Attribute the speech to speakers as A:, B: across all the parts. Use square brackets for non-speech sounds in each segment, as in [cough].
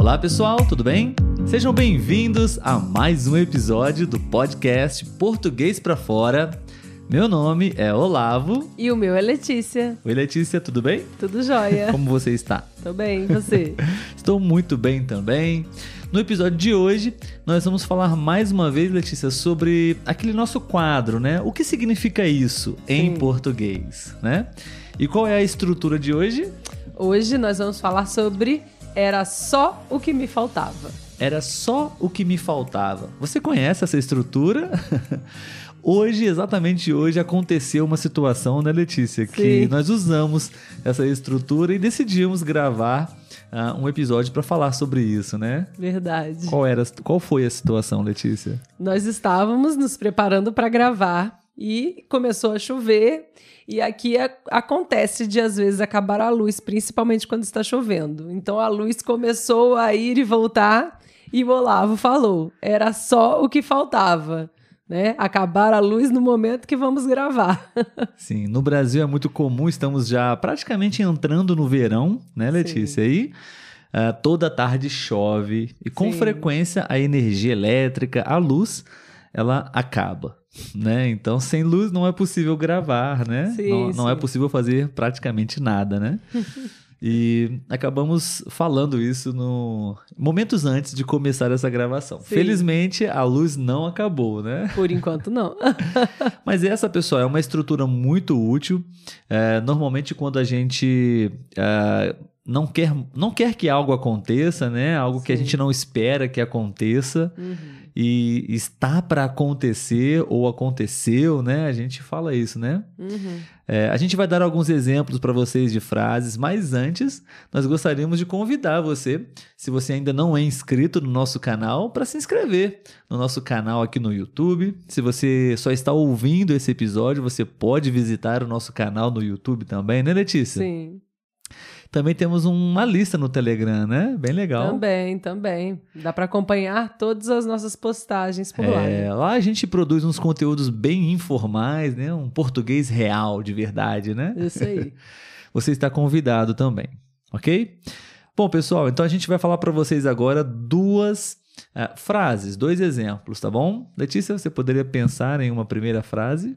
A: Olá pessoal, tudo bem? Sejam bem-vindos a mais um episódio do podcast Português pra Fora. Meu nome é Olavo.
B: E o meu é Letícia.
A: Oi Letícia, tudo bem?
B: Tudo jóia.
A: [laughs] Como você está?
B: Tô bem, e você?
A: Estou muito bem também. No episódio de hoje, nós vamos falar mais uma vez, Letícia, sobre aquele nosso quadro, né? O que significa isso em
B: Sim.
A: português, né? E qual é a estrutura de hoje?
B: Hoje nós vamos falar sobre Era Só o que me faltava.
A: Era só o que me faltava. Você conhece essa estrutura? [laughs] Hoje, exatamente hoje, aconteceu uma situação, né, Letícia? Que
B: Sim.
A: nós usamos essa estrutura e decidimos gravar ah, um episódio para falar sobre isso, né?
B: Verdade.
A: Qual, era, qual foi a situação, Letícia?
B: Nós estávamos nos preparando para gravar e começou a chover. E aqui a- acontece de às vezes acabar a luz, principalmente quando está chovendo. Então a luz começou a ir e voltar e o Olavo falou: era só o que faltava, né? Acabar a luz no momento que vamos gravar. [laughs]
A: Sim, no Brasil é muito comum, estamos já praticamente entrando no verão, né, Letícia? Aí ah, toda tarde chove e com
B: Sim.
A: frequência a energia elétrica, a luz, ela acaba, né? Então sem luz não é possível gravar, né?
B: Sim,
A: não não é
B: sim.
A: possível fazer praticamente nada,
B: [laughs]
A: né? E acabamos falando isso no momentos antes de começar essa gravação.
B: Sim.
A: Felizmente a luz não acabou, né?
B: Por enquanto não.
A: Mas essa, pessoal, é uma estrutura muito útil. É, normalmente, quando a gente é, não, quer, não quer que algo aconteça, né? Algo que a
B: Sim.
A: gente não espera que aconteça e está para acontecer ou aconteceu, né? A gente fala isso, né?
B: Uhum.
A: É, a gente vai dar alguns exemplos para vocês de frases, mas antes nós gostaríamos de convidar você, se você ainda não é inscrito no nosso canal, para se inscrever no nosso canal aqui no YouTube. Se você só está ouvindo esse episódio, você pode visitar o nosso canal no YouTube também, né, Letícia?
B: Sim.
A: Também temos uma lista no Telegram, né? Bem legal.
B: Também, também. Dá para acompanhar todas as nossas postagens por lá.
A: É,
B: né?
A: lá a gente produz uns conteúdos bem informais, né? Um português real, de verdade, né?
B: Isso aí.
A: você está convidado também, ok? Bom, pessoal, então a gente vai falar para vocês agora duas ah, frases, dois exemplos, tá bom? Letícia, você poderia pensar em uma primeira frase?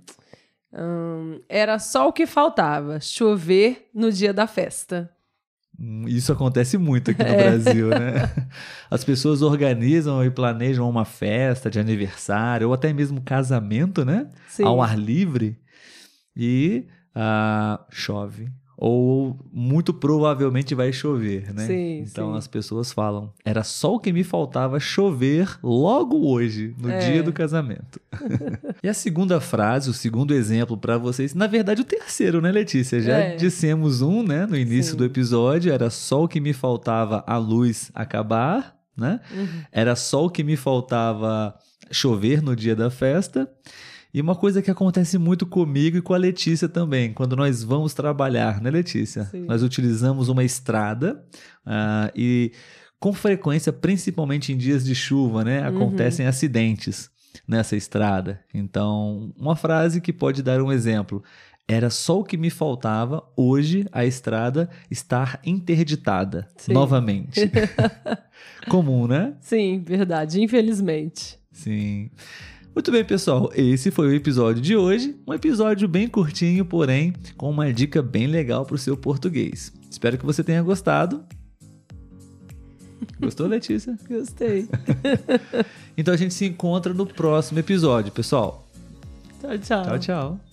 B: Hum, era só o que faltava: chover no dia da festa.
A: Hum, Isso acontece muito aqui no
B: É.
A: Brasil, né? [laughs] As pessoas organizam e planejam uma festa de aniversário ou até mesmo casamento, né?
B: Sim.
A: ao ar livre e ah, chove. Ou muito provavelmente vai chover, né?
B: Sim,
A: então
B: sim.
A: as pessoas falam: era só o que me faltava chover logo hoje, no
B: É.
A: dia do casamento. [laughs] e a segunda frase, o segundo exemplo para vocês, na verdade o terceiro, né, Letícia? Já
B: É.
A: dissemos um, né, no início
B: Sim.
A: do episódio: era só o que me faltava a luz acabar, né?
B: Uhum.
A: Era só o que me faltava chover no dia da festa. E uma coisa que acontece muito comigo e com a Letícia também, quando nós vamos trabalhar, né, Letícia?
B: Sim.
A: Nós utilizamos uma estrada ah, e, com frequência, principalmente em dias de chuva, né,
B: Uhum.
A: acontecem acidentes nessa estrada. Então, uma frase que pode dar um exemplo. Era só o que me faltava hoje a estrada estar interditada
B: Sim.
A: novamente. Comum, né?
B: [laughs] Sim, verdade, infelizmente.
A: Sim. Muito bem, pessoal. Esse foi o episódio de hoje. Um episódio bem curtinho, porém, com uma dica bem legal para o seu português. Espero que você tenha gostado. Gostou, Letícia?
B: Gostei.
A: Então a gente se encontra no próximo episódio, pessoal.
B: Tchau, tchau.
A: Tchau, tchau.